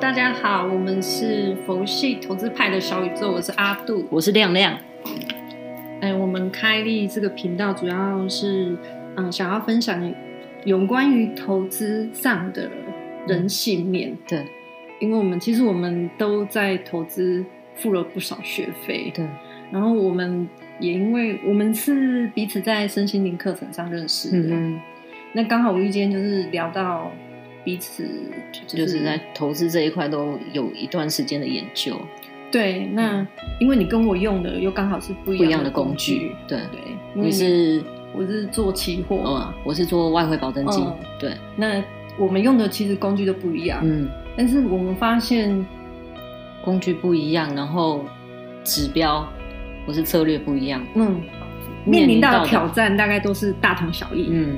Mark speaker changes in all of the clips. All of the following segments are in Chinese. Speaker 1: 大家好，我们是佛系投资派的小宇宙，我是阿杜。
Speaker 2: 我是亮亮，
Speaker 1: 哎，我们开立这个频道主要是，嗯，想要分享有关于投资上的人性面，
Speaker 2: 对
Speaker 1: 因为我们其实我们都在投资付了不少学费，
Speaker 2: 对，
Speaker 1: 然后我们也因为我们是彼此在身心灵课程上认识的，
Speaker 2: 嗯
Speaker 1: 那刚好无意间就是聊到彼此
Speaker 2: 哼，就是在投资这一块都有一段时间的研究，
Speaker 1: 对，那因为你跟我用的又刚好是不一
Speaker 2: 嗯不一
Speaker 1: 样
Speaker 2: 样的
Speaker 1: 的
Speaker 2: 工具嗯
Speaker 1: 具，，
Speaker 2: 对，
Speaker 1: 对，因为
Speaker 2: 你是
Speaker 1: 我是做期货嘛
Speaker 2: 嗯，，我是做外汇保证金
Speaker 1: 嗯，
Speaker 2: 对，
Speaker 1: 那我们用的其实工具都不一样，
Speaker 2: 嗯，
Speaker 1: 但是我们发现，
Speaker 2: 工具不一样，然后指标我是策略不一样，
Speaker 1: 嗯，面临到的挑
Speaker 2: 战，
Speaker 1: 战大概都是大同小异，
Speaker 2: 嗯，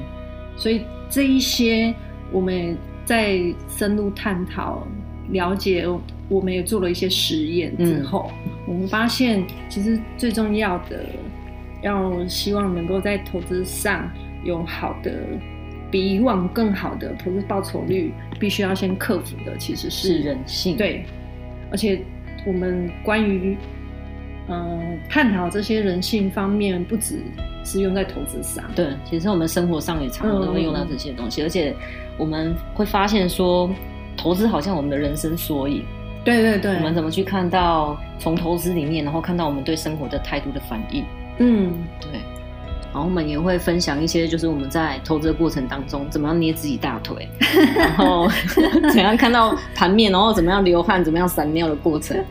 Speaker 1: 所以这一些我们在深入探讨、了解，我们也做了一些实验之后，我们发现其实最重要的，要希望能够在投资上有好的。比以往更好的投资报酬率，必须要先克服的其实
Speaker 2: 是人性，，
Speaker 1: 对，而且我们关于嗯探讨这些人性方面，不只是用在投资上，
Speaker 2: 对，其实我们生活上也常常都会用到这些东西，而且我们会发现说，投资好像我们的人生缩影。
Speaker 1: 对对对，
Speaker 2: 我们怎么去看到从投资里面，然后看到我们对生活的态度的反应，
Speaker 1: 嗯
Speaker 2: 对。然后我们也会分享一些，就是我们在投资的过程当中，怎么样捏自己大腿，然后怎样看到盘面，然后怎么样流汗，怎么样闪尿的过程。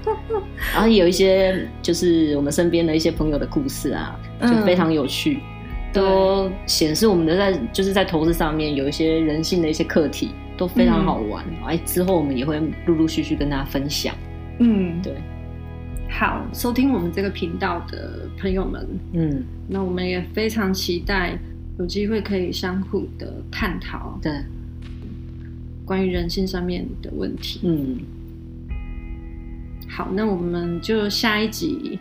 Speaker 2: 然后也有一些就是我们身边的一些朋友的故事啊，就
Speaker 1: 嗯
Speaker 2: 非常有趣，都显示我们的在就是在投资上面有一些人性的一些课题，都非常好玩。哎、之后我们也会陆陆续续跟大家分享。
Speaker 1: 嗯，
Speaker 2: 对，
Speaker 1: 好，收听我们这个频道的朋友们，
Speaker 2: 嗯，
Speaker 1: 那我们也非常期待有机会可以相互的探讨
Speaker 2: 对。
Speaker 1: 关于人性上面的问题。
Speaker 2: 嗯，
Speaker 1: 好，那我们就下一集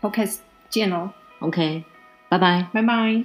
Speaker 1: podcast 见哦，
Speaker 2: OK，拜拜。
Speaker 1: 拜拜。